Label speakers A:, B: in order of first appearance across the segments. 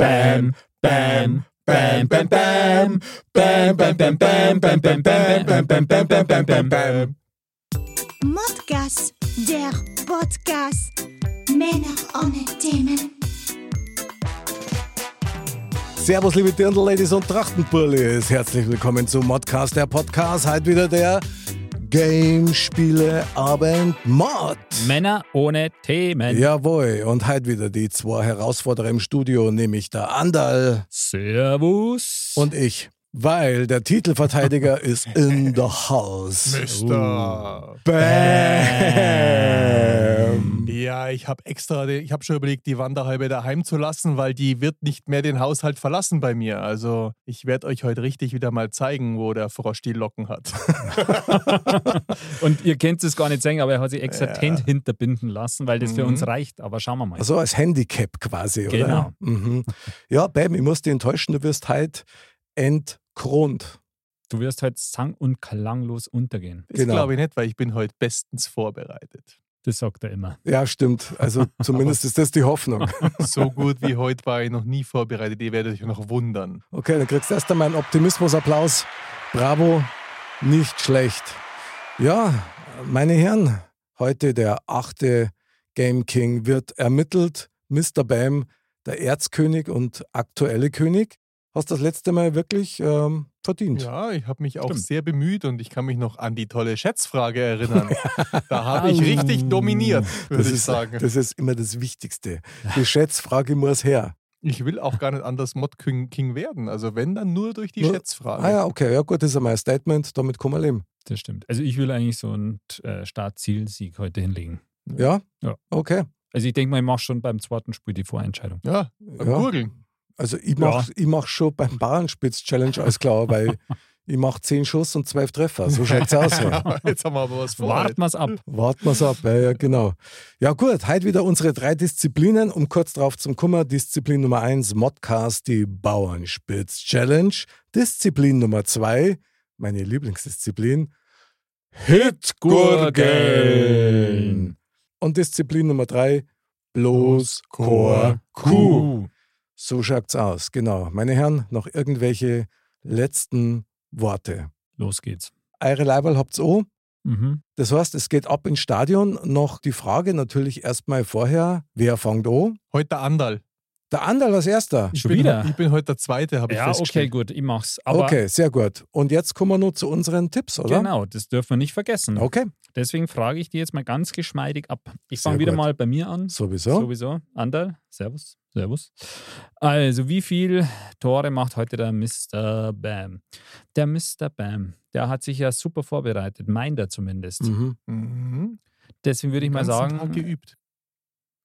A: bam, bam, bam, bam, bam, bam, bam, bam, bam, bam, bam, bam, bam, bam, bam, bam, bam, bam, bam.
B: Modcast, der Podcast. Männer ohne Themen.
C: Servus, liebe Dirndl-Ladies und Trachtenpullis. Herzlich willkommen zu Modcast, der Podcast. Heute wieder der Gamespieleabend Mod.
A: Männer ohne Themen.
C: Jawohl, und heute wieder die zwei Herausforderer im Studio, nämlich der Andal
A: Servus.
C: und ich. Weil der Titelverteidiger ist in the house.
D: Mister.
C: Bam.
D: Ja, ich habe extra, ich habe schon überlegt, die Wanderhalbe daheim zu lassen, weil die wird nicht mehr den Haushalt verlassen bei mir. Also ich werde euch heute richtig wieder mal zeigen, wo der Frosch die Locken hat.
A: Und ihr könnt es gar nicht sagen, aber er hat sich extra
D: Ja.
A: Tent hinterbinden lassen, weil das für
D: Mhm.
A: uns reicht. Aber schauen wir mal.
C: Also als Handicap quasi, oder?
A: Genau.
C: Mhm. Ja, Bam, ich muss dich enttäuschen, du wirst heute entkront.
A: Du wirst heute sang- und klanglos untergehen.
D: Das
C: Genau.
D: glaube ich nicht, weil ich bin heute bestens vorbereitet.
A: Das sagt er immer.
C: Ja, stimmt. Also zumindest ist das die Hoffnung.
D: So gut wie heute war ich noch nie vorbereitet. Ihr werdet euch noch wundern.
C: Okay, dann kriegst du erst einmal einen Optimismusapplaus. Bravo, nicht schlecht. Ja, meine Herren, heute der achte Game King wird ermittelt. Mr. Bam, der Erzkönig und aktuelle König. Hast das letzte Mal wirklich ähm, verdient.
D: Ja, ich habe mich auch
A: Stimmt.
D: sehr bemüht und ich kann mich noch an die tolle Schätzfrage erinnern. Da habe ich richtig dominiert, würde
C: das,
D: ich
C: ist,
D: sagen.
C: das ist immer das Wichtigste. Die Schätzfrage muss her.
D: Ich will auch gar nicht anders Mod King, King werden. Also wenn, dann nur durch die
C: Nur-
D: Schätzfrage.
C: Ah ja, okay, ja gut, das ist einmal ein Statement, damit kann man leben.
A: Das stimmt. Also ich will eigentlich so einen äh, Startzielsieg heute hinlegen.
C: Ja?
A: Ja.
C: Okay.
A: Also ich denke mal, ich mache schon beim zweiten Spiel die Vorentscheidung.
D: Ja,
C: Ja.
D: beim Gurgeln.
C: Also ich mach, ich mach schon beim Bauernspitz-Challenge alles klar, weil ich mach 10 Schuss und 12 Treffer. So schaut's aus. Ja.
D: Jetzt haben wir aber was vor.
A: Warten wir es ab.
C: Warten wir's ab, ja, ja, genau. Ja gut, heute wieder unsere drei Disziplinen, um kurz drauf zum Kummer. Disziplin Nummer 1, Modcast, die Bauernspitz-Challenge. Disziplin Nummer 2, meine Lieblingsdisziplin, Hitgurgeln. Und Disziplin Nummer 3, bloß Chor Kuh. So schaut's aus, genau. Meine Herren, noch irgendwelche letzten Worte.
A: Los geht's.
C: Eure Leiberl habt's auch.
A: Mhm.
C: Das heißt, es geht ab ins Stadion. Noch die Frage natürlich erstmal vorher, wer fängt an?
D: Heute der Andal.
C: Der Anderl als erster.
D: Ich
A: Schon
D: bin,
A: wieder?
D: ich bin heute der Zweite, habe ich
A: Ja, okay,
D: festgestellt.
A: gut, ich mach's. Aber
C: Okay, sehr gut. Und jetzt kommen wir nur zu unseren Tipps, oder?
A: genau, das dürfen wir nicht vergessen.
C: Okay,
A: Deswegen frage ich die jetzt mal ganz geschmeidig ab. Ich fange
C: Sehr
A: wieder
C: gut.
A: mal bei mir an.
C: sowieso.
A: Sowieso. Andal, Servus. Servus. Also, wie viel Tore macht heute der Mr. Bam? Der Mr. Bam, der hat sich ja super vorbereitet, meint er zumindest.
D: Hm.
C: Mhm.
D: Mhm.
A: Deswegen würde ich
D: Den
A: mal
D: ganzen Tag
A: sagen,
D: geübt.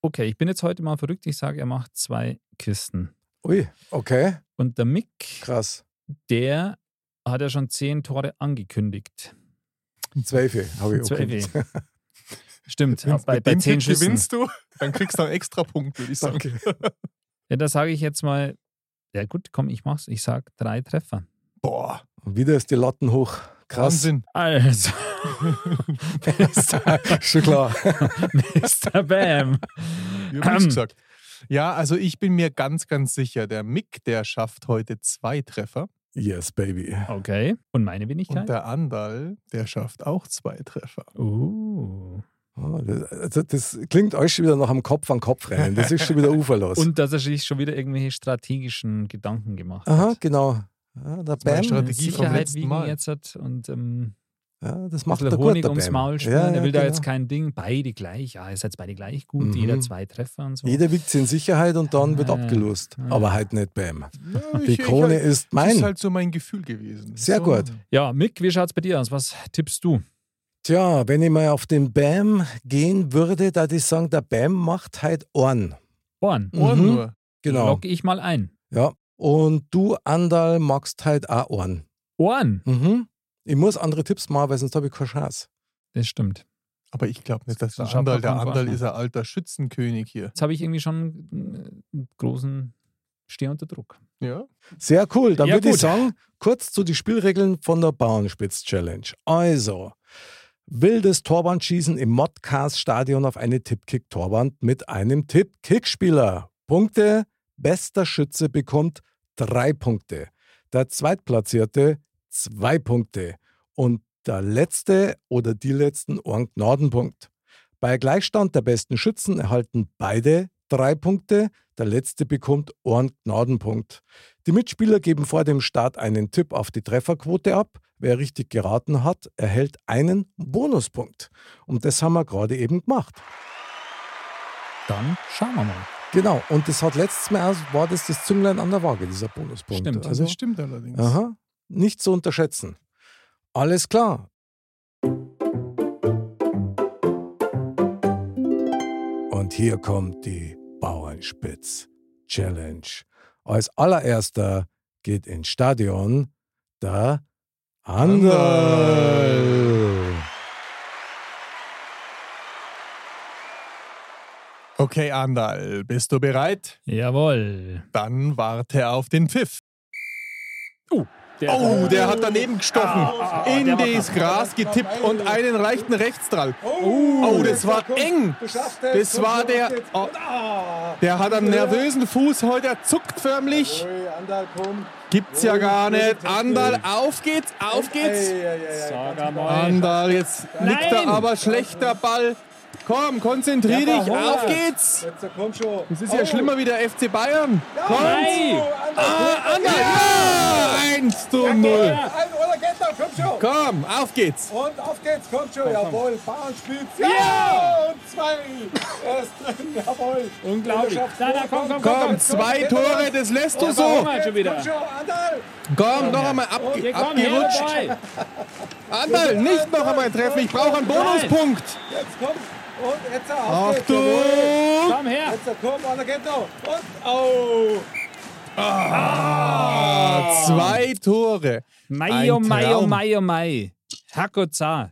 A: okay, ich bin jetzt heute mal verrückt, ich sage, er macht zwei Kisten.
C: Ui, okay,
A: Und der Mick,
C: krass.
A: der hat ja schon zehn Tore angekündigt.
C: Zwölfe habe ich auch
A: Zwei
C: gewusst.
A: weh. Stimmt,
D: Wenn-
A: bei,
D: mit
A: bei
D: dem
A: zehn
D: Tipp
A: Schüssen.
D: gewinnst du, dann kriegst du einen extra Punkt, würde ich sagen.
C: Danke.
A: Ja, da sage ich jetzt mal, ja gut, komm, ich mach's. Ich sag drei Treffer.
D: Boah,
C: Und wieder ist die Latten hoch. Krass.
D: Wahnsinn.
A: Also, Mr.
C: Schon klar.
A: Mr. Bam.
D: Wie hab ich's gesagt? Ja, also ich bin mir ganz, ganz sicher, der Mick, der schafft heute zwei Treffer.
C: Yes, baby.
A: Ähm, Okay, und meine Wenigkeit?
D: Und der Andal, der schafft auch zwei Treffer.
A: Uh.
C: Oh, das, also das klingt euch schon wieder nach am Kopf an Kopf rennen. Das ist schon wieder uferlos.
A: Und dass er sich schon wieder irgendwelche strategischen Gedanken gemacht
C: Aha,
A: hat.
C: genau. Ja, der
D: meine
C: Bam,
D: Strategie vom
A: Sicherheit
D: letzten
A: wiegen
D: Mal.
A: jetzt hat und ähm,
C: ja, das
A: ein
C: macht der
A: bisschen
C: gut,
A: Honig
C: der
A: ums
C: Bam.
A: Maul spielen.
C: Ja,
A: er
C: ja,
A: will da
C: genau.
A: jetzt kein Ding. Beide gleich. Ja, ihr seid beide gleich gut.
C: Mhm.
A: Jeder zwei Treffer und so.
C: Jeder wiegt sie in Sicherheit und dann wird
A: Ah,
C: abgelost.
A: ah.
C: Aber halt nicht Bam.
D: Ja,
C: Die
D: ich- ich-
C: Krone ist
D: Das
C: mein.
D: ist halt so mein Gefühl gewesen.
C: Sehr
D: so.
C: gut.
A: Ja, Mick, wie schaut's bei dir aus? Was tippst du?
C: Tja, wenn ich mal auf den Bam gehen würde, da die sagen, der Bam macht halt Ohren.
A: Ohren.
D: Ohren
C: Mhm.
D: nur.
C: Genau.
A: Logge ich mal ein.
C: Ja. Und du, Andal, magst halt auch Ohren.
A: Ohren.
C: Mhm. Ich muss andere Tipps machen, weil sonst habe ich keine Chance.
A: Das stimmt.
D: Aber ich glaube nicht, dass der
A: Das schaut
D: Andal,
A: man
D: der
A: von
D: Andal
A: vorne.
D: ist ein alter Schützenkönig hier.
A: Jetzt habe ich irgendwie schon äh, einen großen Steh unter Druck.
D: Ja.
C: Sehr cool. Dann
A: Ja,
C: würde ich
A: gut.
C: sagen, kurz zu den Spielregeln von der Bauernspitz-Challenge. Also, wildes Torwandschießen im Modcast-Stadion auf eine Tippkick-Torwand mit einem Tippkick-Spieler. Punkte Bester Schütze bekommt drei Punkte. Der Zweitplatzierte zwei Punkte. Und der Letzte oder die Letzten einen Gnadenpunkt. Bei Gleichstand der besten Schützen erhalten beide drei Punkte. Der Letzte bekommt einen Gnadenpunkt. Die Mitspieler geben vor dem Start einen Tipp auf die Trefferquote ab. Wer richtig geraten hat, erhält einen Bonuspunkt. Und das haben wir gerade eben gemacht.
A: Dann schauen wir mal.
C: Genau, und das hat letztes Mal auch- war das das Zünglein an der Waage, dieser Bonuspunkt.
A: Stimmt,
C: also,
D: das stimmt allerdings.
C: aha, nicht zu unterschätzen. Alles klar. Und hier kommt die Bauernspitz Challenge. Als allererster geht ins Stadion der Anderl.
D: Okay, Andal, bist du bereit?
A: Jawohl.
D: Dann warte auf den Pfiff. Oh, der hat daneben gestochen. In das Gras getippt und einen leichten Rechtsdrall. Oh, das war eng. Das war der. Oh, der hat einen nervösen Fuß heute. Er zuckt förmlich. Gibt's ja gar nicht. Andal, auf geht's, auf geht's. Andal, jetzt liegt
A: Nein.
D: da aber schlechter Ball. Komm, konzentrier dich. Auf geht's. Oh. Das ist ja schlimmer wie der FC Bayern. Komm. Ah, Andal, ja! 1 zu 0. Komm, auf geht's.
E: Und auf geht's, kommt schon, jawohl, Bauernspitz. Ja! Und zwei. Er ist drin, jawohl.
A: Unglaublich. Na, na, komm, komm, komm.
D: Komm, zwei Tore, das lässt du so.
A: Komm, schon
E: Komm
A: wieder.
E: schon, Anderl.
D: Komm, noch einmal ab,
A: Hier, komm, her,
D: abgerutscht.
A: dabei.
D: Anderl, nicht noch einmal treffen, ich brauche einen Bonuspunkt.
E: Jetzt kommt. Und jetzt auf
D: Ach
E: geht's, jawohl.
D: du.
A: Komm her.
E: Jetzt kommt Anderl geht noch. Und, oh.
D: Ah, Zwei Tore.
A: Mai,
D: Ein
A: oh Mai, oh
D: Traum.
A: Mai, oh Mai. Hakoza.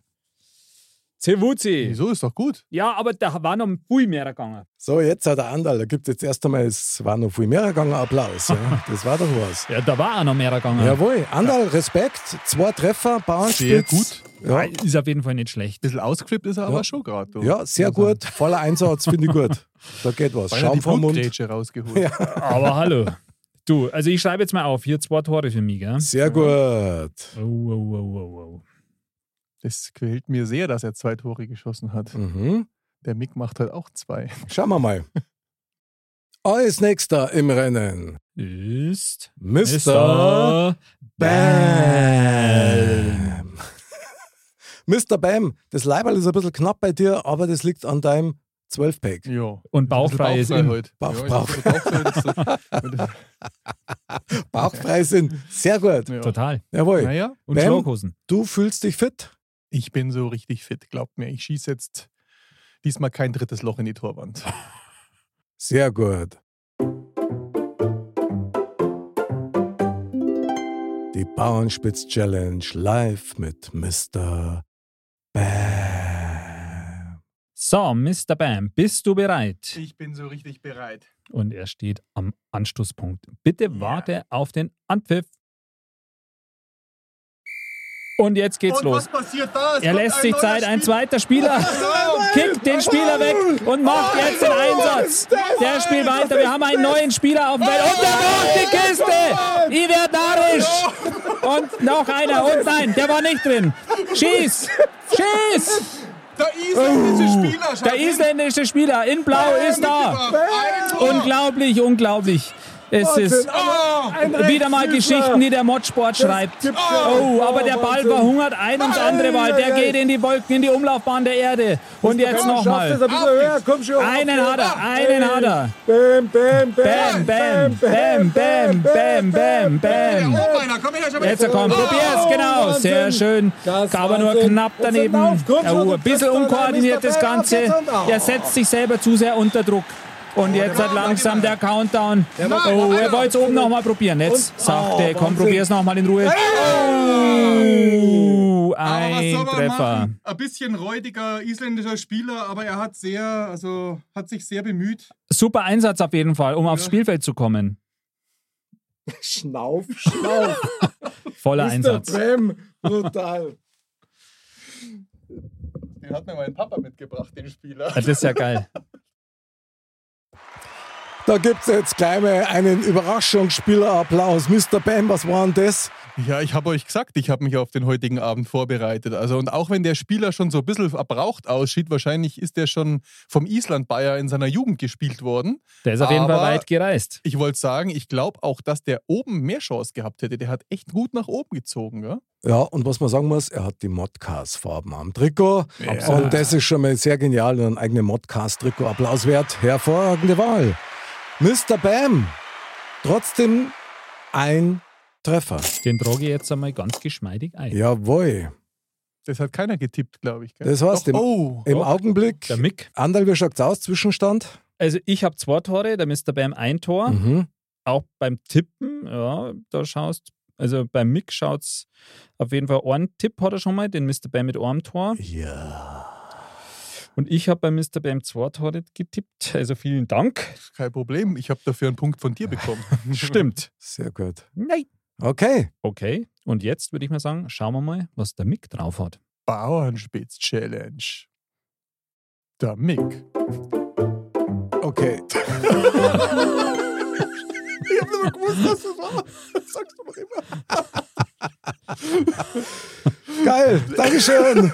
A: Sevuzi.
D: Wieso, ist doch gut.
A: Ja, aber da war noch viel mehr gegangen.
C: So, jetzt hat der Anderl. Da gibt es jetzt erst einmal, es war noch viel mehr gegangen, Applaus. Ja. Das war doch was.
A: Ja, da war auch noch mehr gegangen.
C: Jawohl, Andal, Respekt, zwei Treffer,
D: Ah,
C: Bauernspitz. Ja,
A: Ist auf jeden Fall nicht schlecht.
D: Bisschen ausgeflippt ist er
C: Ja.
D: aber schon Also, gerade.
C: ja sehr
E: Also.
C: gut, voller Einsatz, finde ich gut. Da geht was.
D: Schaum
C: Schaum vom Mund.
D: rausgeholt.
A: Aber hallo. Du, also ich schreibe jetzt mal auf. Hier zwei Tore für mich,
E: ne?
A: gell?
C: Sehr gut.
A: Oh, oh, oh, oh, oh.
D: Das quält mir sehr, dass er zwei Tore geschossen hat.
C: Mhm.
D: Der Mick macht halt auch zwei.
C: Schauen wir mal. Als nächster im Rennen,
A: Ist.
C: Mr. Bam. Mr. Bam, das Leiberl ist ein bisschen knapp bei dir, aber das liegt an deinem 12-Pack.
D: Ja.
A: Und bauchfrei ist im.
D: heute.
C: Bauch-
D: ja,
C: Bauch.
D: ich hab ein bisschen Bauchfrei, das ist so-
C: Bauchfrei sind. Sehr gut.
D: Ja.
A: Total.
C: Jawohl.
D: Naja,
A: Und
C: Bam.
A: Schlaghosen.
C: Du fühlst dich fit?
D: ich bin so richtig fit, glaubt mir. Ich schieße jetzt diesmal kein drittes Loch in die Torwand.
C: Sehr gut. Die Bauernspitz-Challenge live mit Mr. Bam.
A: So, Mr. Bam, bist du bereit?
D: Ich bin so richtig bereit.
A: Und er steht am Anstoßpunkt. Bitte warte auf den Anpfiff. Und jetzt geht's los.
D: passiert da?
A: Er lässt sich Zeit, ein zweiter Spieler kickt den Spieler weg und macht jetzt den Einsatz. Der spielt weiter. Wir haben einen neuen Spieler auf dem Feld. Und der macht die Kiste. Iver Darisch. Und noch einer. Und nein, der war nicht drin. Schieß. Schieß.
D: Der isländische Spieler
A: Der isländische Spieler in Blau ist da. Unglaublich, unglaublich. Es ist wieder mal Geschichten, die der Modsport schreibt. Oh, aber der Ball verhungert ein ums andere Mal. Der geht in die Wolken, in die Umlaufbahn der Erde. Und jetzt
E: Schaffst
A: nochmal.
E: es ein bisschen höher, komm schon.
A: Einen hat er, einen hat er.
E: Bäm, bäm,
A: Bam, bam, bam, bam, bam, bam, bam.
E: oh,
A: Jetzt kommt, probier's, genau. Sehr schön.
E: Das
A: Aber nur
E: Wahnsinn.
A: knapp
E: Jetzt
A: daneben.
E: sind auf, komm schon,
A: Oh,
E: du
A: ein bisschen
E: kriegst
A: unkoordiniert
E: da,
A: das
E: Mr. Bam,
A: Ganze.
E: auf Oh, geht's und-
A: Er setzt sich selber zu sehr unter Druck. Und jetzt hat langsam der Countdown. Oh, er wollte es oben nochmal probieren. Jetzt
E: Oh,
A: sagt er, komm, probier's nochmal in Ruhe. Oh, ein Treffer.
D: Ein bisschen räudiger isländischer Spieler, aber er hat sehr, also hat sich sehr bemüht.
A: Super Einsatz auf jeden Fall, um aufs Spielfeld zu kommen.
E: Schnauf, schnauf.
A: Voller
E: Mr.
A: Einsatz.
E: Bäm, brutal.
D: Den hat mir mein Papa mitgebracht, den Spieler.
A: Das ist ja geil.
C: Da gibt's jetzt gleich mal einen Überraschungsspielerapplaus. Mr. Bam, was war denn das?
D: Ja, ich habe euch gesagt, ich habe mich auf den heutigen Abend vorbereitet. Also, und auch wenn der Spieler schon so ein bisschen verbraucht aussieht, wahrscheinlich ist der schon vom Island-Bayer in seiner Jugend gespielt worden.
A: Der ist auf jeden Fall
D: Aber
A: weit gereist.
D: Ich wollte sagen, ich glaube auch, dass der oben mehr Chance gehabt hätte. Der hat echt gut nach oben gezogen, ja?
C: Ja, und was man sagen muss, er hat die Modcast-Farben am Trikot.
D: Absolut.
C: Und das ist schon mal sehr genial. Ein eigener Modcast-Trikot. Applaus wert. Hervorragende Wahl. Mr. Bam. Trotzdem ein Treffer.
A: Den trage ich jetzt einmal ganz geschmeidig ein.
C: Jawohl.
D: Das hat keiner getippt, glaube ich. Gell?
C: Das war's,
D: Doch,
C: dem-
D: oh,
C: Im
A: Oh,
C: Augenblick.
A: Der Mick.
C: Anderl, wie schaut's aus? Zwischenstand?
A: Also ich habe zwei Tore, der Mr. Bam ein Tor.
C: Mhm.
A: Auch beim Tippen, ja, da schaust, also beim Mick schaut's auf jeden Fall einen Tipp hat er schon mal, den Mr. Bam mit einem Tor.
C: Ja.
A: Und ich habe bei Mr. Bam zwei Tore getippt. Also vielen Dank.
D: kein Problem. Ich habe dafür einen Punkt von dir bekommen.
A: Stimmt.
C: Sehr gut.
A: Nein.
C: Okay.
A: Okay, und jetzt würde ich mal sagen, schauen wir mal, was der Mick drauf hat.
D: Bauernspitz-Challenge. Der Mick.
C: Okay.
D: Ich habe nur gewusst, dass das war. Das sagst du doch immer.
C: Geil, Dankeschön.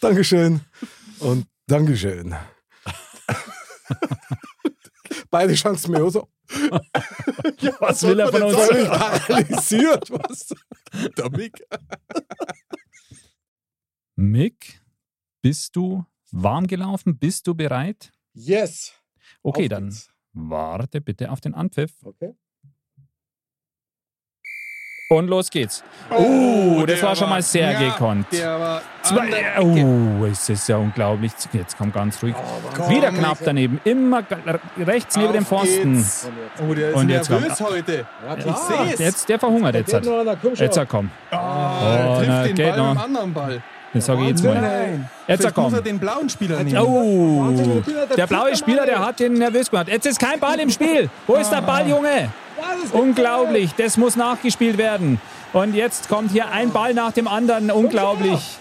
C: Dankeschön. Und Dankeschön. Beide Chancen mir so
A: Was will er von uns?
C: völlig paralysiert. Was?
D: Der Mick.
A: Mick, bist du warm gelaufen? Bist du bereit?
F: Yes.
A: Okay,
F: Auf
A: dann
F: geht's.
A: warte bitte auf den Anpfiff.
F: Okay.
A: Und los geht's.
D: Ah,
A: Oh, das war schon mal sehr gekonnt.
D: Der war an der
A: Zwei, oh, es ist ja unglaublich. Jetzt komm ganz ruhig. Wieder knapp daneben. Immer ga- rechts neben
D: Auf
A: dem Pfosten.
D: geht's. Oh, der ist
A: Und jetzt
D: nervös heute. Ich
A: Ah,
D: seh's.
A: Jetzt, der verhungert jetzt.
F: Geht
A: Halt.
F: noch einer, komm schon.
A: Jetzt komm.
D: Ah,
A: Oh,
D: er trifft
A: na,
D: den
A: geht
D: Ball
A: noch.
D: mit dem anderen Ball.
A: Das sag ich jetzt mal.
D: Nein.
A: Jetzt
D: Vielleicht muss er
A: komm.
D: den blauen Spieler nehmen.
A: Oh,
F: Spieler, der
A: der blaue
F: zieht
A: Spieler, der hat den nervös gemacht. Jetzt ist kein Ball im Spiel. Wo
D: Ah.
A: ist der Ball, Junge?
F: Das ist
A: Unglaublich, das muss nachgespielt werden. Und jetzt kommt hier ein Ball nach dem anderen. Unglaublich.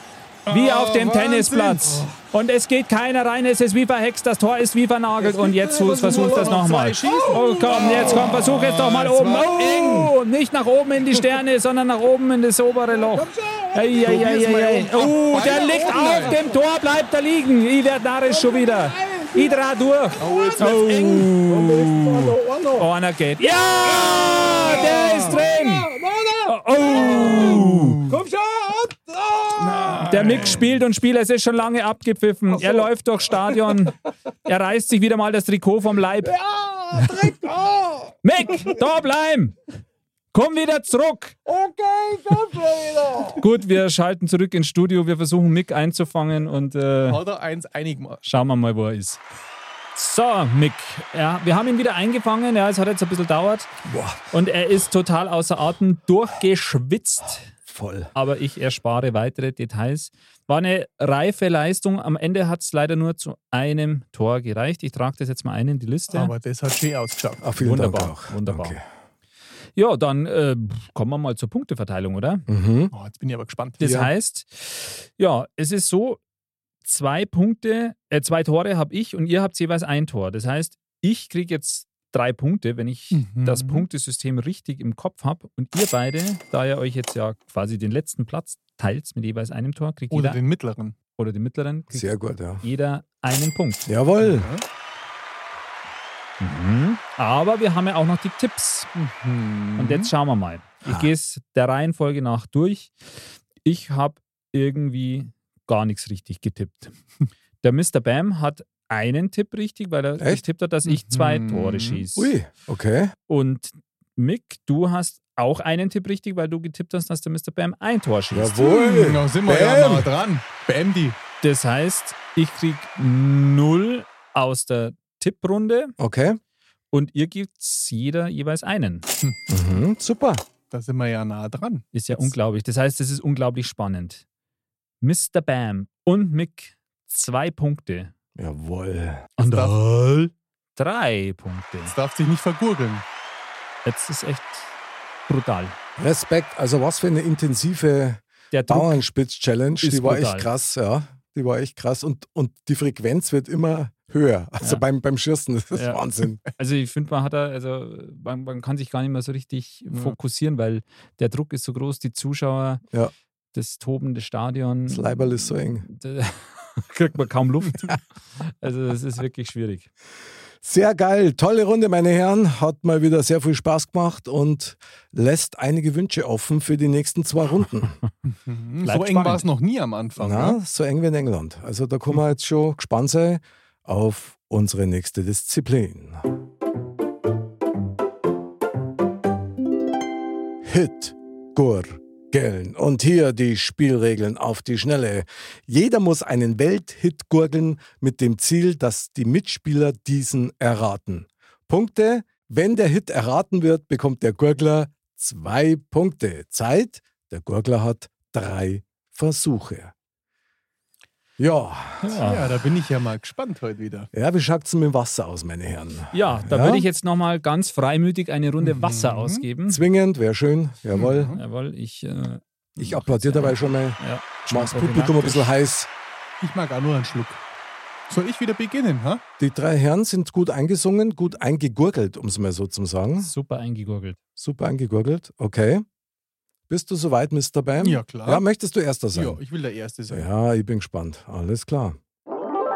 A: Wie auf dem
D: Ah, Wahnsinn.
A: Tennisplatz. Und es geht keiner rein, es ist wie verhext, das Tor ist wie vernagelt. Und jetzt Fuß versucht das nochmal. Oh komm, jetzt komm, versuch jetzt doch mal oben. Oh, nicht nach oben in die Sterne, sondern nach oben in das obere Loch. Ei, ei, ei, ei, ei. Oh, der liegt auf dem Tor, bleibt er liegen. Iverdarisch schon wieder. Idra durch.
D: Oh, jetzt wird's eng.
A: Oh, einer geht. Ja, der ist drin. Oh,
F: Komm schon! Ah!
A: der Mick spielt und spielt. Es ist schon lange abgepfiffen. Er läuft durchs Stadion. Er reißt sich wieder mal das Trikot vom Leib.
F: Ah, Dreck! Ah!
A: Mick, da bleiben! Komm wieder zurück!
F: Okay, komm schon wieder!
A: Gut, wir schalten zurück ins Studio. Wir versuchen Mick einzufangen und äh,
D: Haut er eins einig mal.
A: schauen wir mal, wo er ist. So, Mick. Ja, wir haben ihn wieder eingefangen. Ja, es hat jetzt ein bisschen dauert.
C: Boah,
A: Und er ist total außer Atem, durchgeschwitzt.
C: voll.
A: aber ich erspare weitere Details. War eine reife Leistung. Am Ende hat es leider nur zu einem Tor gereicht. Ich trage das jetzt mal ein in die Liste.
D: Aber das hat schön ausgeschaut.
C: Ah, vielen
A: Wunderbar,
C: Dank auch.
A: wunderbar.
C: Danke.
A: ja, dann äh, kommen wir mal zur Punkteverteilung, oder?
C: Mhm.
D: Oh, jetzt bin ich aber gespannt.
A: Das
C: Ja.
A: heißt, ja, es ist so, zwei Punkte, äh, zwei Tore habe ich und ihr habt jeweils ein Tor. Das heißt, ich kriege jetzt drei Punkte, wenn ich
D: Mhm.
A: das Punktesystem richtig im Kopf habe. Und ihr beide, da ihr euch jetzt ja quasi den letzten Platz teilt mit jeweils einem Tor, kriegt
D: Oder
A: jeder
D: den mittleren.
A: oder den mittleren, kriegt
C: Sehr gut, ja.
A: jeder einen Punkt.
C: Jawohl.
A: Mhm. Aber wir haben ja auch noch die Tipps.
C: Mhm.
A: Und jetzt schauen wir mal. Ich
C: Ah.
A: gehe es der Reihenfolge nach durch. Ich habe irgendwie gar nichts richtig getippt. Der Mr. Bam hat einen Tipp richtig, weil er
C: Echt?
A: getippt hat, dass ich zwei
D: Mhm.
A: Tore schieße.
C: Ui, okay.
A: Und Mick, du hast auch einen Tipp richtig, weil du getippt hast, dass der Mr. Bam ein Tor schießt.
C: Jawohl.
D: Hm, Da sind wir ja
C: Bam.
D: nah dran. Bam, die.
A: Das heißt, ich kriege null aus der Tipprunde
C: Okay.
A: und ihr gibt jeder jeweils einen.
C: Mhm. Super.
D: Da sind wir ja nah dran.
A: Ist ja
D: Das-
A: unglaublich. Das heißt, es ist unglaublich spannend. Mr. Bam und Mick zwei Punkte.
C: Jawohl.
A: Und
D: darf-
A: Al drei Punkte.
D: Das darf sich nicht vergurgeln.
A: Jetzt ist echt brutal.
C: Respekt. Also was für eine intensive
A: Der Druck,
C: Bauernspitz-Challenge.
A: Ist
C: Die war
A: brutal.
C: echt krass, ja. Die war echt krass. Und, und die Frequenz wird immer höher. Also
A: Ja.
C: beim, beim Schießen. Das ist
A: Ja.
C: Wahnsinn.
A: Also ich finde, man hat da, also man, man kann sich gar nicht mehr so richtig fokussieren, weil der Druck ist so groß, die Zuschauer,
C: Ja.
A: das Toben des Stadions,
C: Das Leiberl ist so eng.
A: da kriegt man kaum Luft. Also das ist wirklich schwierig.
C: Sehr geil, tolle Runde, meine Herren. Hat mal wieder sehr viel Spaß gemacht und lässt einige Wünsche offen für die nächsten zwei Runden.
D: Mhm, so eng war es noch nie am Anfang.
C: Na,
D: Ne?
C: so eng wie in England. Also da können wir jetzt schon gespannt sein auf unsere nächste Disziplin. Hit, Gur, Gellen. Und hier die Spielregeln auf die Schnelle. Jeder muss einen Welthit gurgeln mit dem Ziel, dass die Mitspieler diesen erraten. Punkte. Wenn der Hit erraten wird, bekommt der Gurgler zwei Punkte. Zeit. Der Gurgler hat drei Versuche. Ja,
D: Ja, da bin ich ja mal gespannt heute wieder.
C: ja wie schaut's denn mit dem Wasser aus, meine Herren?
A: Ja, da
C: Ja? Mhm.
A: würde ich jetzt nochmal ganz freimütig eine Runde Wasser ausgeben.
C: Zwingend, wäre schön. Jawohl.
D: Mhm.
A: Jawohl, ich. Äh,
C: Ich applaudiere dabei schon mal.
A: ja,
C: Mach's Publikum ein bisschen heiß.
D: Ich mag auch nur einen Schluck. Soll ich wieder beginnen, ha?
C: Die drei Herren sind gut eingesungen, gut eingegurgelt, um es mal so zu sagen.
A: Super eingegurgelt.
C: Super eingegurgelt. Okay. Bist du soweit, Mr. Bam?
D: Ja, klar.
C: Ja, möchtest du erster sein?
D: Ja, ich will der Erste sein.
C: Ja, ich bin gespannt. Alles klar.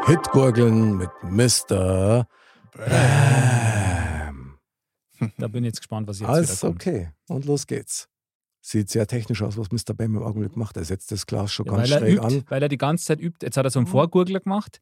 C: Hitgurgeln mit Mr. Bam.
A: Da bin ich jetzt gespannt, was jetzt
C: Alles
A: wieder kommt.
C: okay. Und los geht's. Sieht sehr technisch aus, was Mr. Bam im Augenblick macht. Er setzt das Glas schon
A: Ja,
C: ganz
A: weil, er
C: schräg
A: übt,
C: an. Mhm.
A: weil er die ganze Zeit übt. Jetzt hat er so einen Vorgurgler gemacht.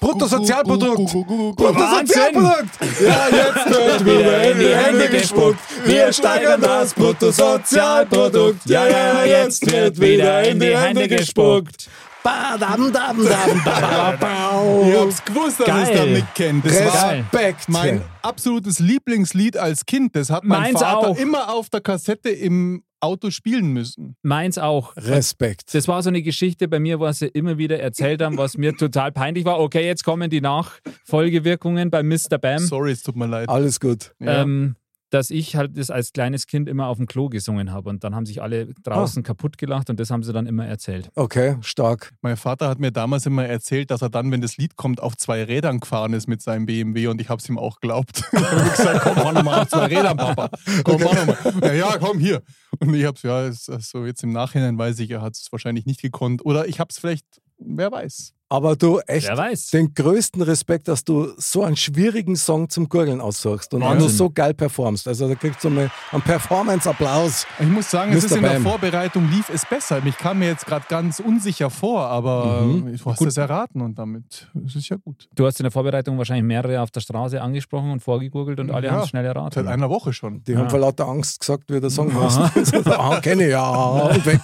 C: Bruttosozialprodukt!
A: Bruttosozialprodukt!
C: Ja, jetzt wird
A: wieder in die Hände gespuckt. Wir steigern das
C: Bruttosozialprodukt.
A: Ja, ja, jetzt wird wieder in die Hände gespuckt.
C: Badam, dam, dam, ba, ba, bau.
D: Ich hab's gewusst, dass
A: Geil.
D: es damit kennt. Das war
A: Geil.
C: Respekt.
D: mein absolutes Lieblingslied als Kind. Das hat mein
A: Meins
D: Vater
A: auch.
D: immer auf der Kassette im Auto spielen müssen.
A: Meins auch.
C: Respekt.
A: Das war so eine Geschichte bei mir, was sie immer wieder erzählt haben, was mir total peinlich war. Okay, jetzt kommen die Nachfolgewirkungen bei Mr. Bam,
D: Sorry, es tut mir leid.
C: Alles gut.
D: Ja.
A: ähm, dass ich halt das als kleines Kind immer auf dem Klo gesungen habe. Und dann haben sich alle draußen
C: Ah.
A: kaputt gelacht und das haben sie dann immer erzählt.
C: Okay, stark.
D: Mein Vater hat mir damals immer erzählt, dass er dann, wenn das Lied kommt, auf zwei Rädern gefahren ist mit seinem BMW und ich hab's ihm auch geglaubt. ich hab gesagt, komm mach noch mal auf zwei Rädern, Papa. Komm mach noch mal. Ja, ja, komm hier. Und ich hab's, ja, ist, also jetzt im Nachhinein weiß ich, er hat's wahrscheinlich nicht gekonnt. Oder ich hab's vielleicht, wer weiß.
C: Aber du, echt,
A: Wer weiß.
C: den größten Respekt, dass du so einen schwierigen Song zum Gurgeln aussuchst und auch
A: Wahnsinn.
C: nur so geil performst. Also da kriegst du mal einen Performance-Applaus.
D: Ich muss sagen, es
C: Mr.
D: ist in der
C: Bam.
D: Vorbereitung lief es besser. Ich kam mir jetzt gerade ganz unsicher vor, aber
C: Mhm.
D: du hast
C: Gut.
D: es erraten und damit es ist ja gut.
A: Du hast in der Vorbereitung wahrscheinlich mehrere auf der Straße angesprochen und vorgegurgelt und alle
D: Ja.
A: haben es schnell
D: Seit
A: erraten.
D: einer Woche schon.
C: Die haben vor lauter Angst gesagt, wie der Song heißt. So, ah, kenne ich ja. Und weg.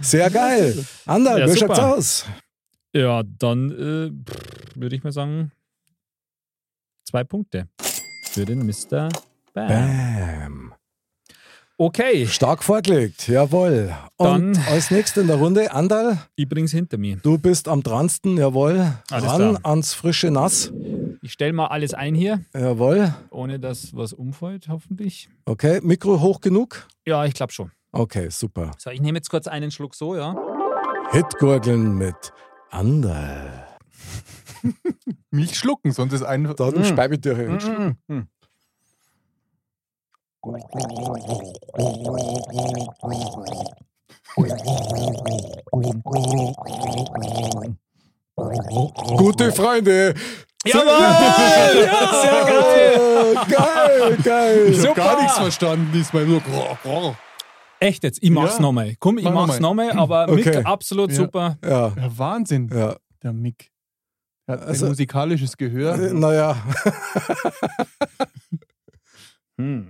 C: Sehr geil. Ander,
A: Ja,
C: wie
A: super.
C: schaut's aus?
A: Ja, dann äh, pff, würde ich mal sagen, zwei Punkte für den Mr. Bam.
C: Bam.
A: Okay,
C: Stark vorgelegt, jawohl. Und
A: Dann-
C: als nächstes in der Runde, Andal,
A: ich bring's hinter mir.
C: du bist am dransten, jawohl.
A: Alles
C: Ran
A: klar.
C: ans frische Nass,
A: Ich stelle mal alles ein hier,
C: jawohl.
A: ohne dass was umfällt, hoffentlich.
C: Okay, Mikro hoch genug?
A: Ja, ich glaube schon.
C: Okay, super.
A: So, ich nehme jetzt kurz einen Schluck so, ja.
C: Hitgurgeln mit Andal.
D: Milch schlucken, sonst ist ein.
C: Dann mm. speibe ich dir hin. Gute Freunde!
A: Jawohl! Ja, sehr geil!
C: Geil, geil!
D: Ich habe
A: Super.
D: gar nichts verstanden diesmal. Nur grrr, grrr.
A: Echt jetzt, ich mach's
D: Ja.
A: nochmal. Komm, ich
D: Mach
A: mach's nochmal, aber
C: Okay.
A: Mick, absolut
D: Ja.
A: super.
C: Ja,
D: Ja, Wahnsinn,
C: ja.
D: der Mick. Er hat
C: Also-
D: ein musikalisches Gehör.
C: Äh, Naja,
A: Hm.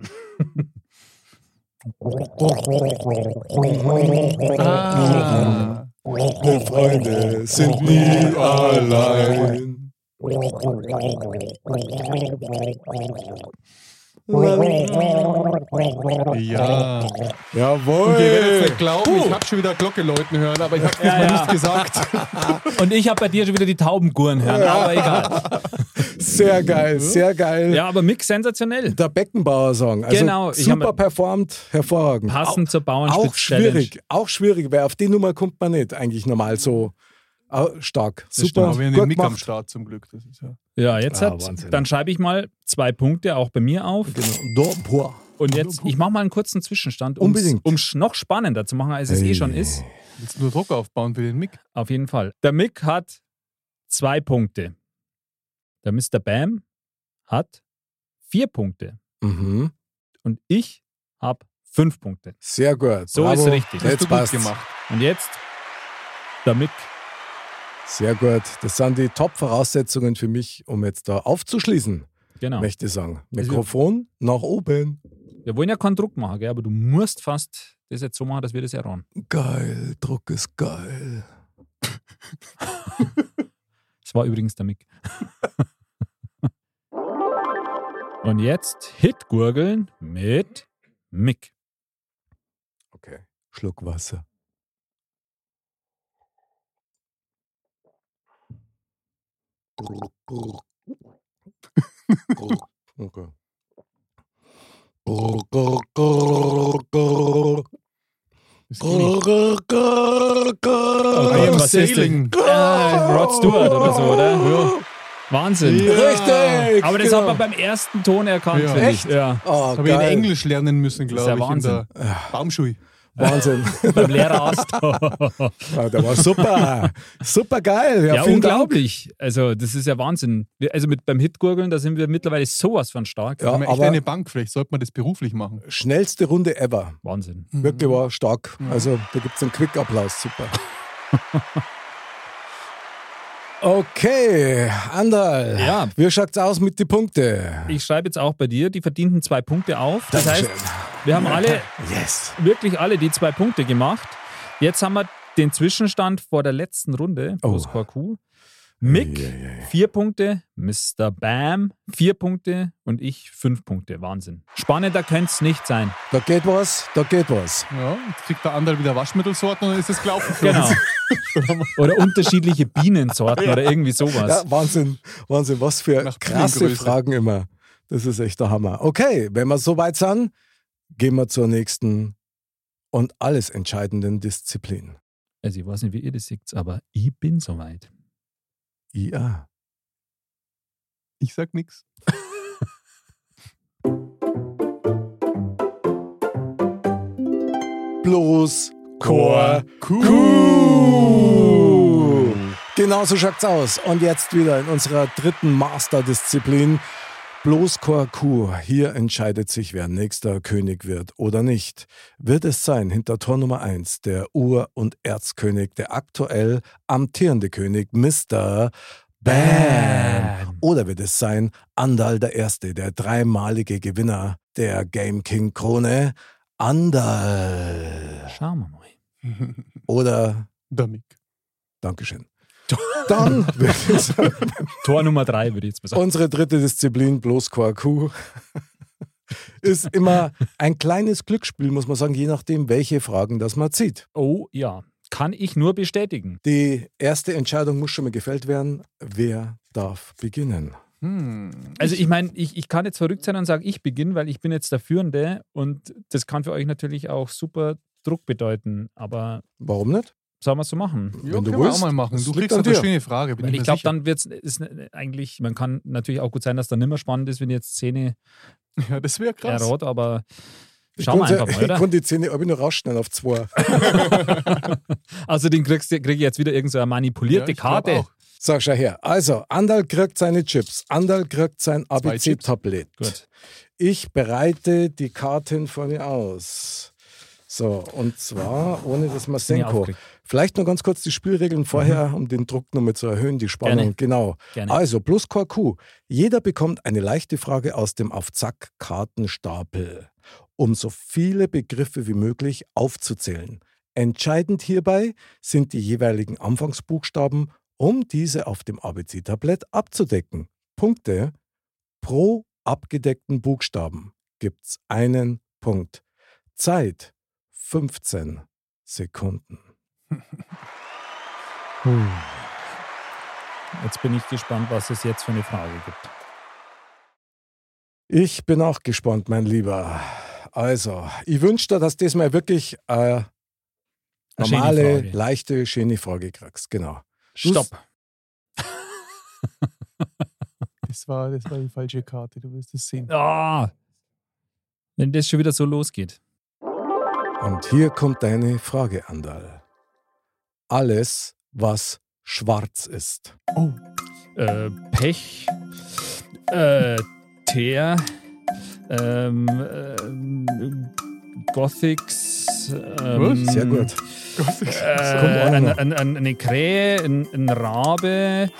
D: ah.
C: gute Freunde sind nie allein.
G: Wait, wait, wait, wait, wait, wait, wait.
D: Ja.
C: Jawohl.
D: Ihr werdet es nicht glauben, ich habe schon wieder Glocke läuten hören, aber ich habe
A: Ja,
D: mal
A: ja.
D: nichts gesagt.
A: Und ich habe bei dir schon wieder die Tauben gurren hören, aber egal.
C: Sehr geil, sehr geil.
A: Ja, aber Mix sensationell.
C: Der Beckenbauer-Song. Also
A: Genau, ich hab
C: Super
A: mir-
C: performt, hervorragend.
A: Passend zur Bauernspitz-Challenge.
C: Auch schwierig, auch schwierig, weil auf die Nummer kommt man nicht eigentlich normal so äh, stark. Super,
D: wir haben den
C: gut
D: Mick am
C: gemacht.
D: Start zum Glück. Das ist ja.
A: Ja, jetzt
C: Ah,
A: hat,
C: Wahnsinn.
A: dann schreibe ich mal zwei Punkte auch bei mir auf.
C: Genau. Da, boah.
A: Und jetzt, ich mache mal einen kurzen Zwischenstand, um
C: Unbedingt.
A: es noch spannender zu machen, als es eh schon ist.
D: Jetzt nur Druck aufbauen für den Mick.
A: Auf jeden Fall. Der Mick hat zwei Punkte. Der Mr. Bam hat vier Punkte.
C: Mhm.
A: Und ich habe fünf Punkte.
C: Sehr gut.
A: So
C: Bravo.
A: ist richtig.
D: Hast
C: Jetzt
D: du gut
C: passt.
D: gemacht.
A: Und jetzt der Mick.
C: Sehr gut. Das sind die Top-Voraussetzungen für mich, um jetzt da aufzuschließen,
A: Genau.
C: möchte ich sagen.
A: wir-
C: Mikrofon nach oben.
A: Wir wollen ja keinen Druck machen, gell? aber du musst fast das jetzt so machen, dass wir das erraten.
C: Geil, Druck ist geil.
A: Das war übrigens der Mick. Und jetzt Hitgurgeln mit Mick.
C: Okay, Schluck Wasser. Okay.
D: Ist eh nicht-
A: Oh
D: I am
A: Gott, was ist
D: sailing.
A: das? Ah, Rod Stewart oder so, oder? Ja. Wahnsinn.
C: Richtig!
A: Aber das
C: genau.
A: hat man beim ersten Ton erkannt.
D: Ja.
A: finde ich.
C: Echt?
A: Ja.
C: oh,
D: Habe ich in
C: geil.
D: Englisch lernen müssen,
A: ist
D: glaube
A: ja
D: ich, in der Baumschule.
C: Wahnsinn.
A: Beim Lehrer hast du.
C: Ah, der war super. Super geil. Ja,
A: Ja,
C: vielen Dank.
A: unglaublich. Also, das ist ja Wahnsinn. Wir- Also, mit, beim Hitgurgeln, da sind wir mittlerweile sowas von stark.
C: Ja,
D: Haben wir echt
C: aber-
D: eine Bank, vielleicht sollte man das beruflich machen.
C: Schnellste Runde ever.
A: Wahnsinn.
C: Wirklich war stark. Also da gibt es einen Quick-Applaus. Super. Okay, Anderl.
A: Ja.
C: Wie schaut's aus mit den Punkten?
A: Ich schreibe jetzt auch bei dir die verdienten zwei Punkte auf. Das heißt,
C: Dankeschön.
A: wir haben alle
C: Yes.
A: wirklich alle die zwei Punkte gemacht. Jetzt haben wir den Zwischenstand vor der letzten Runde plus
C: Oh.
A: Korku. Mick,
C: Eieiei.
A: vier Punkte, Mr. Bam, vier Punkte und ich fünf Punkte. Wahnsinn. Spannender könnte es nicht sein.
C: Da geht was, da geht was.
D: Ja, jetzt kriegt der andere wieder Waschmittelsorten und dann ist es gelaufen. für
A: Genau.
D: uns.
A: oder unterschiedliche Bienensorten oder irgendwie sowas.
C: Ja, Wahnsinn, Wahnsinn, was für
D: Nach
C: krasse
D: Bienengröße.
C: Fragen immer. Das ist echt der Hammer. Okay, wenn wir soweit sind, gehen wir zur nächsten und alles entscheidenden Disziplin.
A: Also ich weiß nicht, wie ihr das seht, aber ich bin soweit.
C: IA.
D: Ich sag nichts.
C: Bloß Chor.
D: Cool.
C: Genau so schaut's aus. Und jetzt wieder in unserer dritten Masterdisziplin. Bloß Korku. Hier entscheidet sich, wer nächster König wird oder nicht. Wird es sein, hinter Tor Nummer 1, der Ur- und Erzkönig, der aktuell amtierende König, Mr. Bam? Oder wird es sein, Andal der Erste, der dreimalige Gewinner der Game King Krone, Andal?
A: Schauen wir mal.
C: Oder
D: Der Mick.
C: Dankeschön. Dann wird es
A: Tor Nummer drei würde ich jetzt mal sagen.
C: unsere dritte Disziplin, bloß Quarku. Ist immer ein kleines Glücksspiel, muss man sagen, je nachdem, welche Fragen das man zieht.
A: Oh ja, kann ich nur bestätigen.
C: Die erste Entscheidung muss schon mal gefällt werden. Wer darf beginnen?
D: Hm.
A: Also ich meine, ich, ich kann jetzt verrückt sein und sagen, ich beginne, weil ich bin jetzt der Führende und das kann für euch natürlich auch super Druck bedeuten, aber
C: Warum nicht?
A: sollen wir es so machen?
D: Ja,
C: Wenn du
D: können wir
C: willst,
D: auch mal machen.
C: das
D: Du
C: liegt
D: kriegst
C: an
D: halt eine
C: dir.
D: schöne Frage. Bin
A: Weil ich
D: mir
A: glaube,
D: sicher.
A: dann wird es äh, eigentlich, man kann natürlich auch gut sein, dass dann nimmer spannend ist, wenn jetzt Szene
D: Ja, das wäre krass.
A: errot, aber
C: Ich
A: schauen wir
C: konnte-
A: einfach mal,
C: Ich
A: oder?
C: konnte die Zähne aber nur rausschneiden auf zwei.
A: Also den kriegst du- krieg ich jetzt wieder irgendeine so eine manipulierte
D: Ja, ich glaub
A: Karte.
D: auch.
C: So, schau her. Also, Andal kriegt seine Chips. Andal kriegt sein
D: Chips.
C: ABC-Tablet.
A: Gut.
C: Ich bereite die Karten vor mir aus. So, und zwar ohne das Masenko.
A: aufgeregt. Mhm.
C: Vielleicht noch ganz kurz die Spielregeln vorher, um den Druck nochmal zu erhöhen, die Spannung.
A: Gerne.
C: Genau.
A: Gerne.
C: Also, plus Q. Jeder bekommt eine leichte Frage aus dem Auf-Zack-Kartenstapel, um so viele Begriffe wie möglich aufzuzählen. Entscheidend hierbei sind die jeweiligen Anfangsbuchstaben, um diese auf dem ABC-Tablett abzudecken. Punkte pro abgedeckten Buchstaben gibt's einen Punkt. Zeit 15 Sekunden.
A: Jetzt bin ich gespannt, was es jetzt für eine Frage gibt.
C: Ich bin auch gespannt, mein Lieber. Also, ich wünsche dir, dass diesmal wirklich äh,
A: Eine
C: normale,
A: schöne Frage.
C: leichte, schöne Frage kriegst. Genau. Du-
A: Stopp.
D: Das war, das war die falsche Karte, du wirst es sehen.
A: Ah, wenn das schon wieder so losgeht.
C: Und hier kommt deine Frage, Andal. Alles, was schwarz ist.
A: Äh, Pech. Äh, Teer. Ähm, ähm, Gothics. Ähm,
C: Sehr gut.
A: Äh,
C: kommt auch
A: ein,
C: noch.
A: ein, ein, eine Krähe, ein, ein Rabe.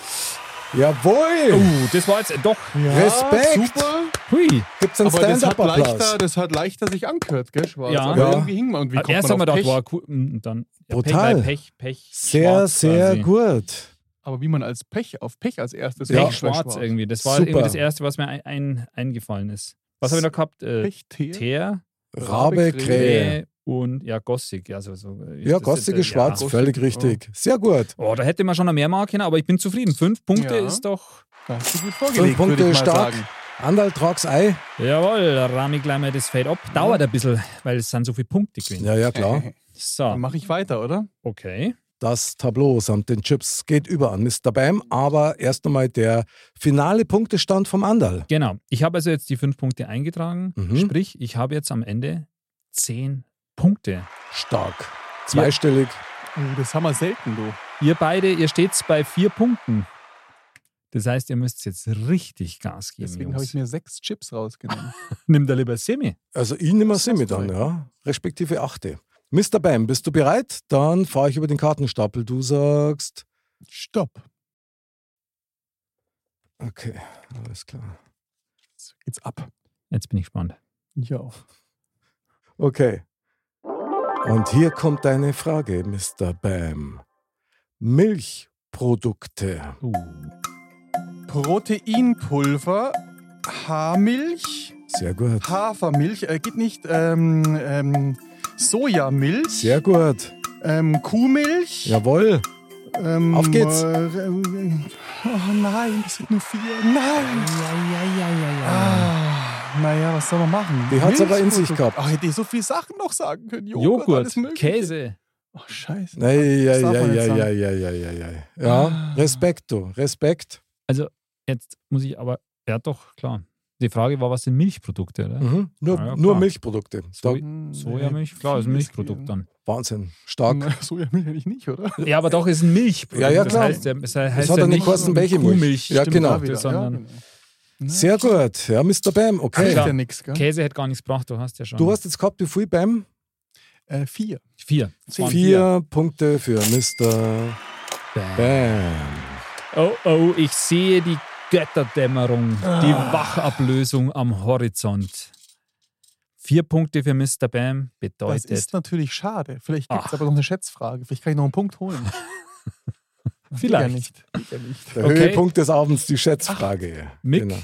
C: Jawohl!
A: Oh, das war jetzt doch.
C: Respekt!
D: Super,
A: Hui.
C: Gibt's einen
D: aber das hat,
C: Stand-Up-Applaus?
D: leichter, das hat leichter sich angehört, gell, Schwarz?
A: Ja.
D: Aber
C: Ja.
D: irgendwie hing man. Und wie kommt
A: Erst haben
D: man
A: wir
D: auf
A: gedacht,
D: Pech?
A: war cool. und Dann ja,
C: Brutal.
A: Pech, weil Pech, Pech.
C: Sehr,
A: schwarz
C: sehr
A: quasi.
C: gut.
D: Aber wie man als Pech auf Pech als erstes
A: Pech,
C: Ja.
D: kommt, weil
A: schwarz, irgendwie. Das war
C: Super.
A: irgendwie das Erste, was mir ein, ein, eingefallen ist. Was habe ich noch gehabt? Äh,
D: Pech, Tee.
A: Teer,
C: Rabe,
D: Rabe,
C: Krähe.
A: Krähe und ja, Gossig. Ja, so, so ist
C: Ja,
A: das
C: Kostig
A: jetzt,
C: ist
A: äh,
C: schwarz,
A: Ja.
C: völlig richtig. Sehr gut.
A: Oh, da hätte man schon noch mehr machen können, aber ich bin zufrieden. Fünf Punkte
D: Ja.
A: ist doch.
D: Da hast du gut
C: Fünf
D: vorgelegt, würde
C: Punkte
D: ich mal
C: stark.
D: sagen.
C: Andal trag's Ei.
A: Jawohl, der Rami gleich mal das Fade ab. Dauert ein bisschen, weil es sind so viele Punkte gewesen.
C: Ja, ja, klar.
A: So,
D: Dann mache ich weiter, oder?
A: okay.
C: Das Tableau samt den Chips geht über an Mr. Bam, aber erst einmal der finale Punktestand vom Andal.
A: Genau. Ich habe also jetzt die fünf Punkte eingetragen.
C: Mhm.
A: Sprich, ich habe jetzt am Ende zehn Punkte.
C: Stark. Zweistellig.
D: Oh, das haben wir selten, du.
A: Ihr beide, ihr steht bei vier Punkten. Das heißt, ihr müsst jetzt richtig Gas geben.
D: Deswegen habe
A: Jungs.
D: ich mir sechs Chips rausgenommen.
A: Nimm da lieber Semi.
C: Also ich nehme
D: Das
C: Simi
D: hast du
C: dann,
D: recht.
C: ja. Respektive achte. Mr. Bam, bist du bereit? Dann fahre ich über den Kartenstapel. Du sagst.
D: Stopp.
C: Okay, alles klar.
D: Jetzt geht's ab.
A: Jetzt bin ich gespannt.
D: Ich auch.
C: Okay. Und hier kommt deine Frage, Mr. Bam. Milchprodukte.
A: Uh.
D: Proteinpulver, Haarmilch,
C: Sehr gut.
D: Hafermilch, äh, geht nicht, ähm, ähm, Sojamilch,
C: Sehr gut.
D: ähm, Kuhmilch.
C: Jawohl.
D: Ähm,
C: Auf geht's.
D: äh, äh, oh nein, das sind nur vier. Nein! Ah, naja, was soll man machen?
C: Die hat's aber in sich
D: Milchprodukte.
C: gehabt.
D: Ach, hätte ich so viele Sachen noch sagen können. Joghurt,
A: Joghurt,
D: alles mögliche.
A: Käse.
D: Oh, scheiße.
C: Ei, ei,
D: Das darf man
C: ei,
D: nicht
C: ei,
D: sagen.
C: ei, ei, ei, ei, ei. Ja,
D: Ah.
C: Respekt, du. Respekt.
A: Jetzt muss ich aber, ja doch, klar. Die Frage war, was sind Milchprodukte? Oder?
C: Mhm. Nur,
A: Ja, ja,
C: nur
A: klar.
C: Milchprodukte. Da,
A: So-
D: Hm,
A: Sojamilch? Klar, ist ein Milchprodukt dann.
C: Wahnsinn. Stark.
D: Na, Sojamilch eigentlich nicht, oder?
A: Ja, aber doch, ist ein Milchprodukt.
C: Ja, ja,
A: das
C: klar.
A: heißt, ja- es heißt
C: Das hat
A: ja
C: ja nicht
A: nicht
C: kosten welche Milch.
A: Kuhmilch.
C: Ja,
A: stimmt,
C: genau.
D: Da wieder,
A: Sondern
D: ja, genau. Na,
C: Sehr gut. Ja, Mr. Bam,
D: Hilft
C: okay.
A: Klar.
D: ja nix, gell?
A: Käse hätte gar nichts gebracht, du hast ja schon.
C: Du hast jetzt gehabt, wie viel Bam?
D: Äh, vier.
A: vier. Es
D: Zehn.
A: waren
C: Vier Punkte für Mr.
A: Bam.
C: Bam.
A: Oh, oh, ich sehe die Götterdämmerung, die
C: Ah.
A: Wachablösung am Horizont. Vier Punkte für Mr. Bam
D: Das
A: bedeutet
D: ist natürlich schade. Vielleicht gibt
A: Ach.
D: es aber noch eine Schätzfrage. Vielleicht kann ich noch einen Punkt holen.
A: Vielleicht.
D: Geht ja nicht. Geht ja nicht.
C: Der
A: Okay.
C: Höhepunkt des Abends, die Schätzfrage.
A: Mick.
C: Genau.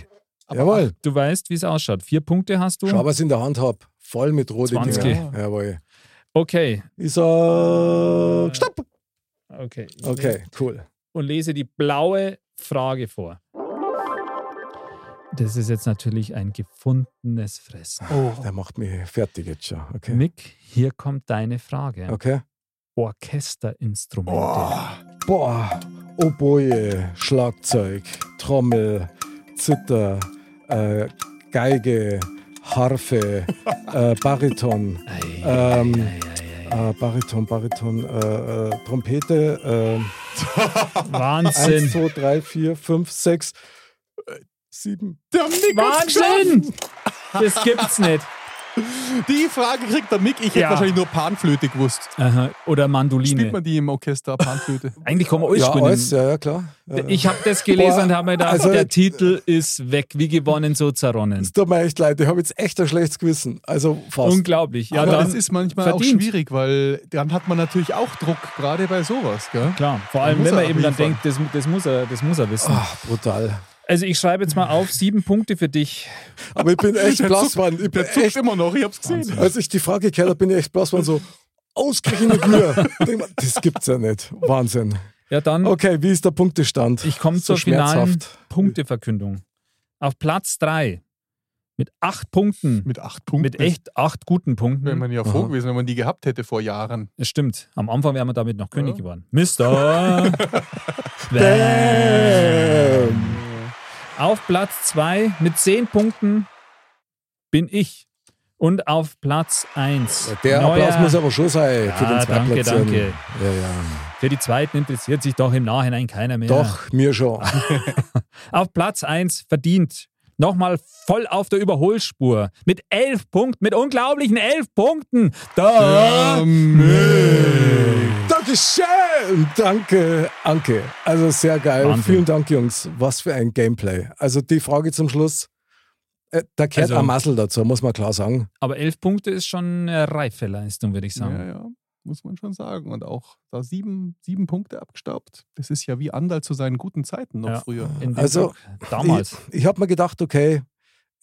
D: Aber
C: Jawohl.
A: Du weißt, wie es ausschaut. Vier Punkte hast
C: Schau,
A: du.
C: was ich in der Hand habe. Voll mit rote
A: 20.
C: Dinger. Jawohl.
A: Okay,
C: Ich sag. Stopp!
A: okay. Ich
C: Okay, cool.
A: und lese die blaue Frage vor. Das ist jetzt natürlich ein gefundenes Fressen.
D: Oh,
C: Der macht mich fertig jetzt schon. Okay.
A: Mick, hier kommt deine Frage.
C: Okay. Oh.
A: Orchesterinstrumente.
C: Boah, Oboe, Schlagzeug, Trommel, Zither, äh, Geige, Harfe, äh, Bariton,
A: Ei,
C: ähm,
A: ei, ei, ei.
C: äh, Bariton, Bariton, äh, äh, Trompete, ähm, äh,
A: Wahnsinn.
C: 1, 2, 3, 4, 5, 6, äh, 7.
A: Wahnsinn! Das gibt's nicht.
D: die Frage kriegt der Mick. Ich hätte
A: Ja.
D: wahrscheinlich nur Panflöte gewusst.
A: Aha. Oder
D: Spielt
A: Mandoline.
D: man die im Orchester, Panflöte?
A: Eigentlich kann man alles
C: Ja,
A: spielen.
C: alles, ja, ja, klar. Ja, ja.
A: Ich habe das gelesen
C: Boah,
A: und habe mir gedacht,
C: also-
A: der Titel ist weg. Wie gewonnen, so zerronnen.
C: Es tut mir echt leid, ich habe jetzt echt ein schlechtes Gewissen. Also fast.
A: Unglaublich. Ja,
D: aber
A: dann,
D: das ist manchmal auch
A: verdient.
D: schwierig, weil dann hat man natürlich auch Druck, gerade bei sowas. Gell?
A: Klar, vor allem,
D: Muss
A: wenn man
D: er
A: eben dann
D: abliefern.
A: denkt, das, das, muss er, das muss er wissen.
C: Ah, brutal.
A: Also ich schreibe jetzt mal auf, sieben Punkte für dich.
C: Aber ich bin echt blass geworden. Ich bin
D: Der zuckt
C: echt,
D: immer noch, ich hab's gesehen.
C: als ich die Frage gehört habe, bin ich echt blass geworden. So, ausgerechnet mir. Denk mal, Das gibt's ja nicht. Wahnsinn.
A: Ja, dann,
C: Okay, wie ist der Punktestand?
A: Hm. ich komme
C: So
A: zur finalen
C: schmerzhaft.
A: Punkteverkündung. Auf Platz drei mit acht Punkten,
D: Mit acht Punkten.
A: mit echt Mhm. acht guten Punkten.
D: Wäre man ja froh gewesen, wenn man die gehabt hätte vor Jahren.
A: Es stimmt. Am Anfang wären wir damit noch König geworden. Mister. Bam. Auf Platz 2 mit 10 Punkten bin ich. Und auf Platz 1.
C: Der Applaus muss aber schon sein für den
A: Ja, danke,
C: Zweitplatz.
A: danke.
C: Ja, ja.
A: Für die Zweiten interessiert sich doch im Nachhinein keiner mehr.
C: Doch, mir schon.
A: Auf Platz 1 verdient. Nochmal voll auf der Überholspur. Mit 11 Punkten, mit unglaublichen 11 Punkten. Da.
C: Dankeschön! Danke, Anke. Also sehr geil.
A: Wahnsinn.
C: Vielen Dank, Jungs. Was für ein Gameplay. Also die Frage zum Schluss. Äh, da gehört
A: Also-
C: ein Muscle dazu, muss man klar sagen.
A: Aber 11 Punkte ist schon eine reife Leistung, würde ich sagen.
D: Ja, ja, muss man schon sagen. Und auch da sieben, sieben Punkte abgestaubt. Das ist ja wie Andal zu seinen guten Zeiten noch
A: Ja.
D: früher.
A: In dem
C: Also,
A: Tag, damals.
C: Ich, ich habe mir gedacht, okay,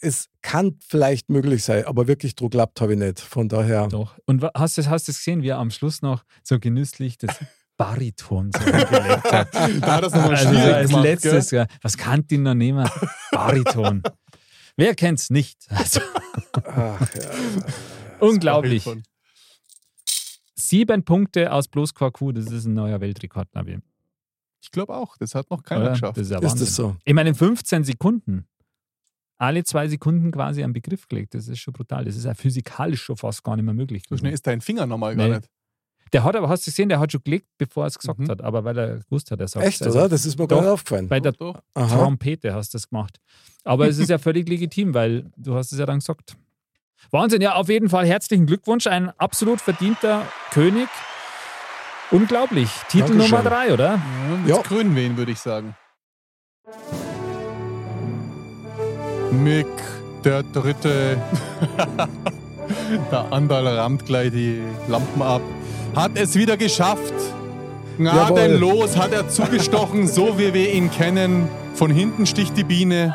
C: es kann vielleicht möglich sein, aber wirklich Druck klappt habe ich nicht. Von daher.
A: Doch. Und wa- hast du es hast du es gesehen, wie er am Schluss noch so genüsslich das Bariton so angelegt hat?
D: Da hat das nochmal
A: Also
D: schwierig
A: als
D: gemacht.
A: letztes, ja. was kann die noch nehmen? Bariton. Wer kennt's nicht? Also,
C: Ach, ja.
A: unglaublich.
D: Bariton.
A: Sieben Punkte aus bloß Quarku, das ist ein neuer Weltrekord, Nabil.
D: Ich glaube auch, das hat noch keiner
A: Oder?
D: geschafft.
A: Das ist, ja
C: Ist
A: Wahnsinn.
C: das so?
A: Ich meine, in 15 Sekunden. Alle zwei Sekunden quasi einen Begriff gelegt. Das ist schon brutal. Das ist ja physikalisch schon fast gar nicht mehr möglich.
D: So schnell ist dein Finger nochmal
A: Nee.
D: gar nicht.
A: Der hat aber, hast du gesehen, der hat schon gelegt, bevor er es gesagt
D: Mhm.
A: hat, aber weil er gewusst hat, er sagt
C: Echt, oder? Das ist mir
A: Doch.
C: gar nicht aufgefallen.
A: Bei der
D: Doch, doch.
C: Aha.
A: Trompete hast du das gemacht. Aber es ist ja völlig legitim, weil du hast es ja dann gesagt. Wahnsinn, ja, auf jeden Fall herzlichen Glückwunsch. Ein absolut verdienter König. Unglaublich. Titel
C: Dankeschön.
A: Nummer drei, oder?
D: Ja, jetzt
C: Ja.
D: krönen wir ihn, würde ich sagen. Mick, der Dritte. der Andal rammt gleich die Lampen ab. Hat es wieder geschafft. Gnadenlos hat er zugestochen, so wie wir ihn kennen. Von hinten sticht die Biene.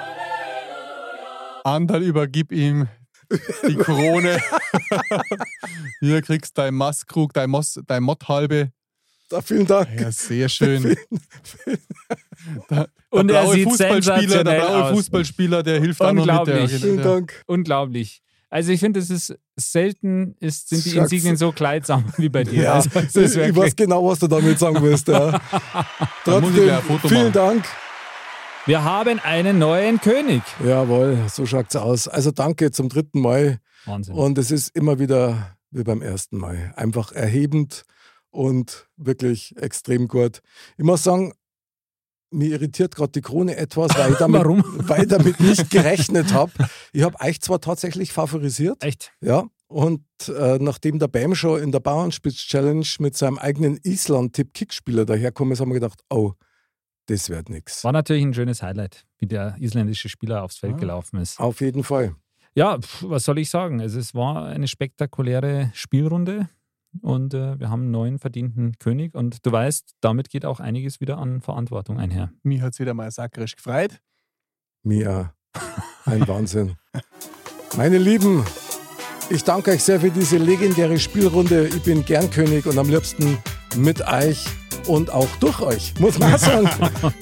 D: Andal übergib ihm die Krone. Hier kriegst dein Maskrug, dein, Mos, dein Motthalbe.
C: Da, vielen Dank.
D: Ja, sehr schön. Da- der
A: Und er
D: blaue
A: sieht
D: Fußballspieler, Der
A: sensationell
D: blaue
A: aus.
D: Fußballspieler, der hilft auch noch mit der.
A: Unglaublich.
C: Vielen Dank.
A: Unglaublich. Also ich finde, es ist selten ist, sind die
C: Schatz.
A: Insignien so kleidsam wie bei dir.
C: Ja,
A: Also, es
C: ich,
A: ist
C: ich
A: wirklich,
C: weiß genau, was du damit sagen willst. Ja.
D: Da muss ich
C: Trotzdem,
D: gleich ein Foto
C: vielen
D: machen.
C: Dank.
A: wir haben einen neuen König.
C: Jawohl, so schaut's aus. Also danke zum dritten Mal.
A: Wahnsinn.
C: Und es ist immer wieder wie beim ersten Mal. Einfach erhebend und wirklich extrem gut. Ich muss sagen, mir irritiert gerade die Krone etwas, weil ich damit,
A: Warum?
C: Weil ich damit nicht gerechnet habe. Ich habe euch zwar tatsächlich favorisiert,
A: Echt.
C: ja. Und äh, nachdem der Bam schon in der Bauernspitz-Challenge mit seinem eigenen Island-Tipp-Kickspieler daherkommt, ist, haben wir gedacht, oh, das wird nichts.
A: War natürlich ein schönes Highlight, wie der isländische Spieler aufs
C: Ah.
A: Feld gelaufen ist.
C: Auf jeden Fall.
A: Ja, pf, was soll ich sagen? Also es war eine spektakuläre Spielrunde und äh, wir haben einen neuen verdienten König und du weißt, damit geht auch einiges wieder an Verantwortung einher.
D: Mir hat es wieder mal sackerisch gefreut.
C: Mia, ein Wahnsinn. Meine Lieben, ich danke euch sehr für diese legendäre Spielrunde. Ich bin gern König und am liebsten mit euch und auch durch euch, muss man auch sagen.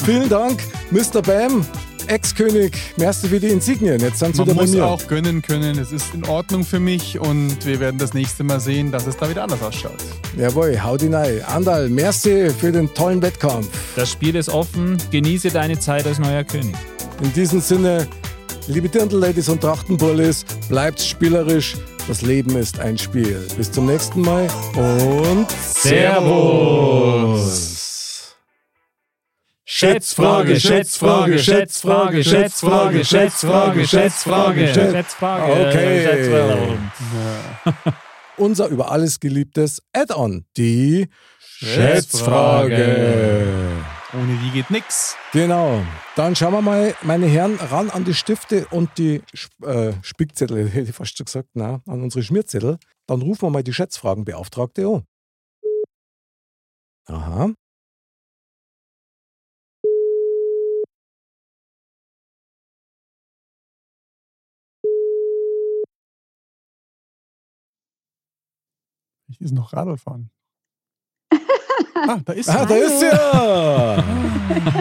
C: Vielen Dank, Mr. Bam, Ex-König. Merci für die Insignien. Jetzt sind sie
D: Man
C: wieder bei
D: muss
C: mir.
D: auch gönnen können. Es ist in Ordnung für mich und wir werden das nächste Mal sehen, dass es da wieder anders ausschaut.
C: Jawohl, haut hinein. Andal, merci für den tollen Wettkampf.
A: Das Spiel ist offen, genieße deine Zeit als neuer König.
C: In diesem Sinne, liebe Dirndl-Ladies und Trachtenbullis, bleibt spielerisch. Das Leben ist ein Spiel. Bis zum nächsten Mal und Servus!
A: Schätzfrage, Schätzfrage, Schätzfrage, Schätzfrage, Schätzfrage, Schätzfrage,
C: Schätz-
A: Schätzfrage.
C: Okay.
A: Schätzfrage.
C: Unser über alles geliebtes Add-on, die
A: Schätzfrage.
D: Ohne die geht nix.
C: Genau. Dann schauen wir mal, meine Herren, ran an die Stifte und die Sp- äh, Spickzettel, hätte ich fast schon gesagt, na, an unsere Schmierzettel. Dann rufen wir mal die Schätzfragenbeauftragte an. Aha.
H: Ich ist noch Radl fahren. Ah, da ist
C: Ah, da
H: sie.
C: ist sie!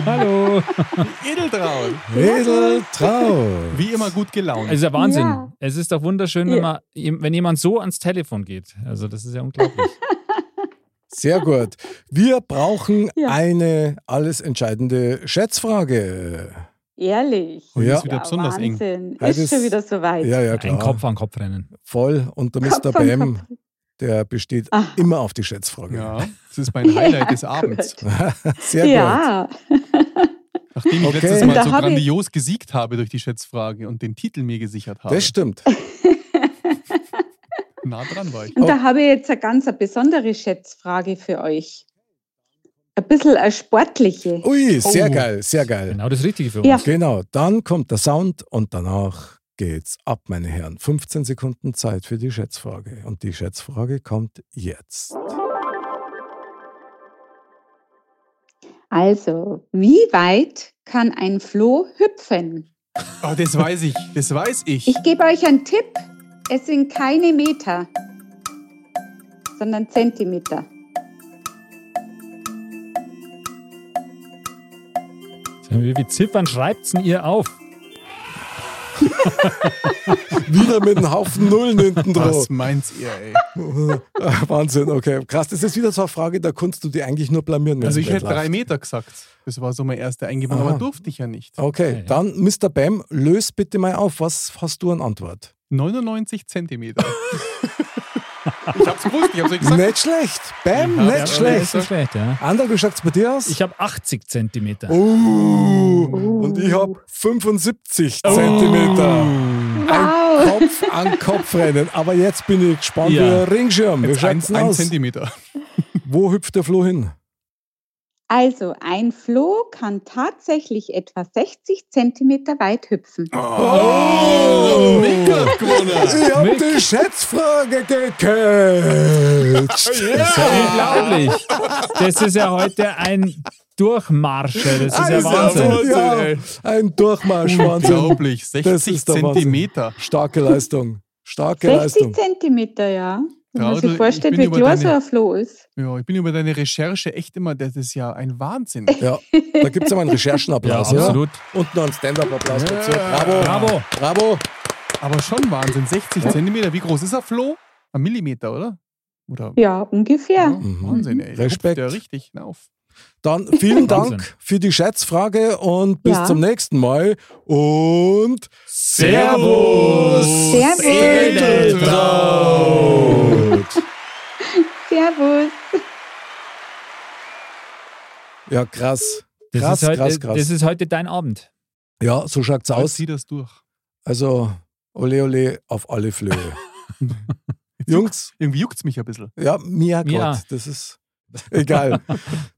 A: Hallo.
D: Edeltraun.
C: Edeltrau.
D: Wie immer gut gelaunt.
A: Es ist ja Wahnsinn.
G: Ja.
A: Es ist doch wunderschön, wenn,
G: Ja.
A: man, wenn jemand so ans Telefon geht. Also das ist ja unglaublich.
C: Sehr gut. Wir brauchen
G: Ja.
C: eine alles entscheidende Schätzfrage.
G: Ehrlich.
C: Heute ist
D: Oh, wieder besonders eng.
G: Wahnsinn.
C: Heute
G: Ist schon
C: ist-
G: wieder soweit.
C: Ja, ja,
A: Ein
C: klar.
A: Kopf an Kopf rennen.
C: Voll. Und der
G: Kopf
C: Mr.
G: an
C: Bam,
G: Kopf.
C: der besteht
G: Ah.
C: immer auf die Schätzfrage.
D: Ja, das ist mein Highlight des
G: Ja,
D: Abends.
G: gut.
C: Sehr gut.
G: Ja,
D: Nachdem ich
C: Okay.
D: letztes
G: Und
D: Mal
G: da
D: so
G: hab ich-
D: grandios gesiegt habe durch die Schätzfrage und den Titel mir gesichert habe.
C: Das stimmt.
D: nah dran war ich.
G: und da habe ich jetzt eine ganz eine besondere Schätzfrage für euch. Ein bisschen eine sportliche.
C: Ui, sehr
D: Oh.
C: geil, sehr geil.
A: Genau das Richtige für uns.
G: Ja.
C: Genau, dann kommt der Sound und danach geht's ab, meine Herren. 15 Sekunden Zeit für die Schätzfrage. Und die Schätzfrage kommt jetzt.
G: Also, wie weit kann ein Floh hüpfen?
D: Oh, das weiß ich. Das weiß ich.
G: Ich gebe euch einen Tipp. Es sind keine Meter, sondern Zentimeter.
A: Wie viele Ziffern schreibt's denn ihr auf?
C: Wieder mit einem Haufen Nullen hinten drauf.
D: Was meint ihr, ey?
C: Wahnsinn, okay. Krass, das ist wieder so eine Frage, da konntest du die eigentlich nur blamieren. wenn
D: Also
C: du
D: ich hätte
C: lacht.
D: drei Meter gesagt. Das war so mein erster Eingebung,
C: Aha.
D: aber durfte ich ja nicht.
C: Okay,
A: Ja, ja.
C: dann Mr. Bam, löse bitte mal auf. Was hast du an Antwort?
D: 99 Zentimeter. ich hab's gewusst, ich hab's euch gesagt.
C: Nicht schlecht. Bam,
D: Ja,
C: nicht
D: ja, aber
C: schlecht.
A: Das ist schlecht, ja.
C: Anderl, wie schaut's bei dir aus?
A: Ich habe 80 Zentimeter.
C: oh, und ich habe 75
D: Oh.
C: Zentimeter.
G: Wow!
C: Kopf an Kopf rennen. Aber jetzt bin ich gespannt
A: Ja.
C: wie ein Ringschirm. Wie
D: Jetzt ein,
C: schaut's denn
D: ein
C: aus?
D: Zentimeter.
C: Wo hüpft der Flo hin?
G: Also, ein Floh kann tatsächlich etwa 60 Zentimeter weit hüpfen.
C: Oh!
D: Mick hat gewonnen.
C: Ich hab die Schätzfrage gecatcht.
A: Das ist ja unglaublich. Das ist ja heute ein Durchmarscher. Das ist ja
C: Also,
A: Wahnsinn.
C: ja,
D: Wahnsinn,
C: ein Durchmarsch, Wahnsinn.
D: Unglaublich,
C: Das
D: 60
C: ist der Wahnsinn.
D: Zentimeter.
C: Starke Leistung.
D: Genau,
C: Starke
G: 60
D: also
C: Leistung.
G: Zentimeter, ja. Wenn man
D: Traudel,
G: sich vorstellt,
D: ich bin über
G: wie klar so
D: deine-
G: ein Floh ist.
D: Ja, ich bin über deine Recherche echt immer, das ist ja ein Wahnsinn.
C: Ja, da gibt es ja mal einen Recherchenapplaus,
A: Ja,
C: oder?
A: absolut.
C: Und noch einen Stand-Up-Applaus dazu. Bravo.
A: Bravo.
C: Bravo.
D: Aber schon Wahnsinn, 60 Zentimeter. Wie groß ist er, Flo? Ein Millimeter, oder? Oder
G: Ja, ungefähr.
D: Wahnsinn, ey. Der hupft
C: Respekt.
D: Ja, richtig. Auf.
C: Dann vielen
A: Mhm. Wahnsinn.
C: Dank für die Schätzfrage und bis
G: Ja.
C: zum nächsten Mal. Und
A: Servus.
G: Servus.
C: Edeltraut.
G: Servus!
C: Ja, krass.
A: Das,
C: Krass,
A: ist heute,
C: krass, krass.
A: das ist halt heute dein Abend.
C: Ja, so schaut's
D: Aus.
C: aus.
D: Zieh das durch.
C: Also, ole ole auf alle Flöhe. Jungs,
D: Irgendwie juckt's mich ein bisschen.
C: ja, mir Gott,
A: Ja.
C: das ist egal.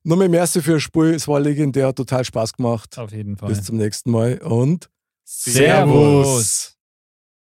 C: Nur mehr merci für das Spiel, es war legendär, hat total Spaß gemacht.
A: Auf jeden Fall.
C: Bis zum nächsten Mal und
A: Servus.